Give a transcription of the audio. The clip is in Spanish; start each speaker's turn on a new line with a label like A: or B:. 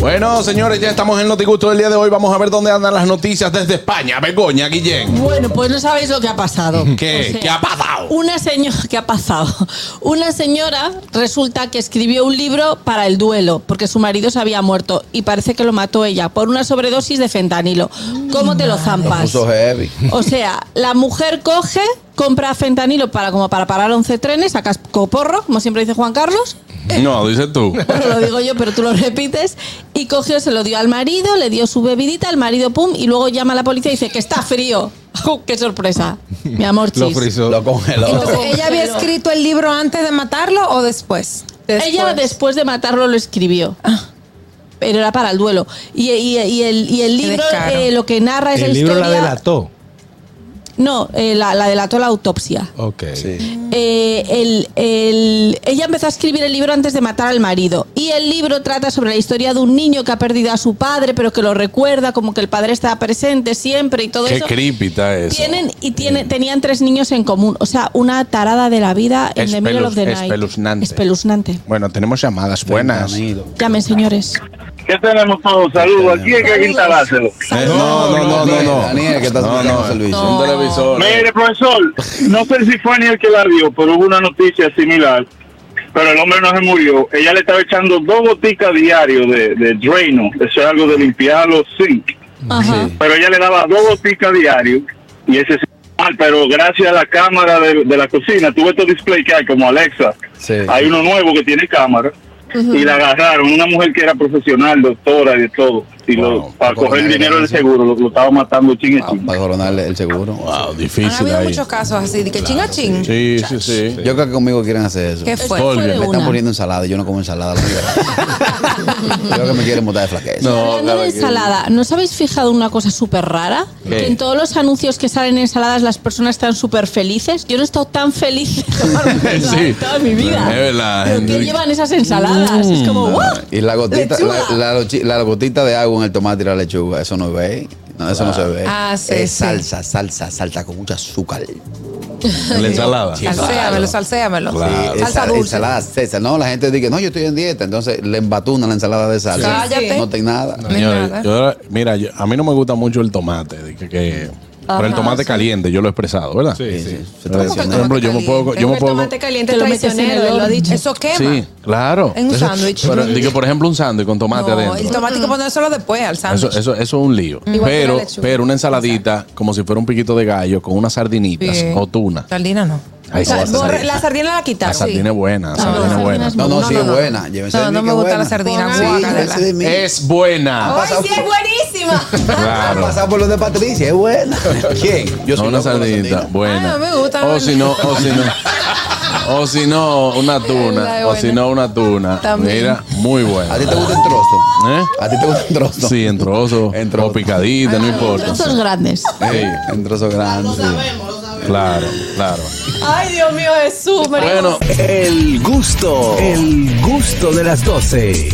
A: Bueno, señores, ya estamos en Notigusto del día de hoy. Vamos a ver dónde andan las noticias desde España. Begoña, Guillén.
B: Bueno, pues no sabéis lo que ha pasado.
A: ¿Qué?
B: O sea,
A: ¿Qué ha pasado?
B: Una señora que ha pasado. Una señora resulta que escribió un libro para el duelo porque su marido se había muerto y parece que lo mató ella por una sobredosis de fentanilo. ¿Cómo te lo zampas?
C: Puso heavy.
B: O sea, la mujer coge, compra fentanilo para como para parar 11 trenes, sacas coporro, como siempre dice Juan Carlos.
A: No, dices tú.
B: Bueno, lo digo yo, pero tú lo repites. Y cogió, se lo dio al marido, le dio su bebidita, el marido pum, y luego llama a la policía y dice que está frío. ¡Oh, ¡Qué sorpresa! Mi amor,
A: Lo
B: chis.
A: frizó.
C: Lo congeló.
D: Entonces, ¿ella había
B: Pero-
D: escrito el libro antes de matarlo o después?
B: Ella después de matarlo lo escribió.
D: Ah.
B: Pero era para el duelo. Y, y- y el, y el
D: Qué
B: libro
D: descaro.
B: eh, lo que narra es
E: El
B: la
E: libro
B: historia.
E: la delató.
B: No, eh, la, la delató la autopsia.
E: Ok.
C: Sí.
B: Eh, el- el- ella empezó a escribir el libro antes de matar al marido. Y el libro trata sobre la historia de un niño que ha perdido a su padre, pero que lo recuerda, como que el padre está presente siempre y todo
A: Qué
B: eso.
A: creepy está eso.
B: Tienen y tiene, tenían tres niños en común. O sea, una tarada de la vida en The Middle of the
A: Espeluz-
B: Night.
A: espeluznante.
B: Espeluznante.
A: Bueno, tenemos llamadas
C: pues,
A: buenas. Eh,
C: Fentanilo.
B: Llamen, señores.
F: ¿Qué tenemos todos? Saludos. Aquí hay que quintalárselo.
A: Eh, No, no, no, no. no.
C: Daniel, que estás
A: No,
C: escuchando
A: no,
C: el servicio.
A: Un
B: No.
A: televisor.
F: Mire, profesor, no sé si fue ni el que la vio, pero hubo una noticia similar. Pero el hombre no se murió. Ella le estaba echando dos boticas diario de, de Drano. Eso es algo de limpiar los zinc.
B: Ajá.
F: Pero ella le daba dos boticas diario. Y ese sí, mal, pero gracias a la cámara de, de la cocina, tuve estos display que hay como Alexa.
C: Sí.
F: Hay uno nuevo que tiene cámara. Y la agarraron, una mujer que era profesional, doctora y de todo. Y
A: Wow,
F: lo, para
C: por
F: coger el
C: la
F: dinero del
C: gracia.
F: seguro, lo, lo estaba matando chin y
C: Ah,
F: chin.
C: para coronarle el seguro.
A: Wow,
D: Han
A: difícil
D: habido
A: ahí.
D: muchos casos así, de que chinga ching.
A: Sí, sí, sí.
C: Yo creo que conmigo quieren hacer eso.
D: ¿Qué
C: Me
D: fue?
B: Eso fue de
A: Me
C: están
B: una.
C: poniendo ensalada y yo no como ensalada. la verdad. Yo creo que me quieren botar de flaqueza.
A: No,
B: Hablando
A: claro
B: de
A: que-
B: ensalada, ¿no os habéis fijado una cosa súper rara?
A: ¿Qué?
B: Que en todos los anuncios que salen ensaladas las personas están súper felices. Yo no he estado tan feliz de tomar una ensalada
A: Sí.
B: en toda mi vida.
A: Es verdad.
B: ¿Pero qué llevan esas ensaladas? es como, ¡guau!
C: Ah, Y la gotita,
B: Lechuga.
C: la, la lochi- la gotita de agua en el tomate y la lechuga, eso no ve. No, eso no se ve.
D: Ah, sí,
C: es
D: sí.
C: salsa, salsa, salsa con mucho azúcar.
A: La ensalada.
D: Salséamelo, salséamelo.
A: Claro.
C: Sí,
D: Salsa
C: esa-
D: dulce.
C: Ensalada César. No, la gente dice, no, yo estoy en dieta. Entonces le embatuna la ensalada de salsa.
D: Cállate.
C: No tengo nada.
A: Señores,
D: nada.
A: yo ahora- mira, yo- a mí no me gusta mucho el tomate. de que- que- pero el tomate caliente, yo lo he expresado, ¿verdad?
E: Sí, sí.
C: Se
A: ¿Cómo que
D: Con
C: traiciona.
D: el
A: Por ejemplo,
D: tomate
A: yo me puedo-
D: caliente.
A: yo me
D: El
A: puedo-
D: tomate caliente
B: Te lo metes en
D: traicionero,
B: el
D: él lo ha
B: horno.
D: dicho. Eso quema.
A: Sí, claro.
D: En un
A: Eso-
D: sándwich.
A: Pero, de que, por ejemplo, un sándwich con tomate
D: No,
A: adentro.
D: el tomate hay que ponérselo después al
A: Eso,
D: sándwich.
A: eso, eso es un lío.
D: Igual que la
A: pero,
D: lechuga.
A: pero una ensaladita, como si fuera un piquito de gallo, con unas sardinitas
D: Sí.
A: o tuna.
D: Sardina no.
A: Ahí se
D: Sa-
A: va a hacer
D: borre-
A: sardina.
D: la sardina la quitaron.
A: La sardina es buena, la sardina es
B: la
A: buena.
B: sardina
C: No, no, sí
D: No,
C: es
D: no,
C: buena.
D: no.
C: Llévense
D: No,
C: de mí
D: no
C: que
D: me
C: es
D: gusta la
C: buena.
D: sardina,
C: Sí,
D: guácala.
C: llévense de mí.
A: Es buena.
D: ¡Ay, sí, es buenísima!
C: Han
A: Claro.
C: Ah, pasado por los de Patricia, es buena. ¿Quién?
A: no,
C: soy
A: una
C: loco con la
A: sardinita buena.
D: Ah, me gusta,
A: O
D: bueno.
A: si no, o si no. O si no, una
D: La
A: tuna.
D: de
A: O si
D: buena.
A: no, una tuna.
D: También.
A: Mira, muy buena.
C: ¿A ti te gusta el trozo?
A: ¿Eh?
C: ¿A ti te gusta el trozo?
A: Sí, en trozo.
C: En
A: O
C: trozo.
A: picadita, no importa.
B: Trozos grandes.
C: Sí, en trozo grande. sí.
A: Claro, claro.
D: ¡Ay, Dios mío, Jesús! María
A: Bueno.
G: El gusto, el gusto de las 12.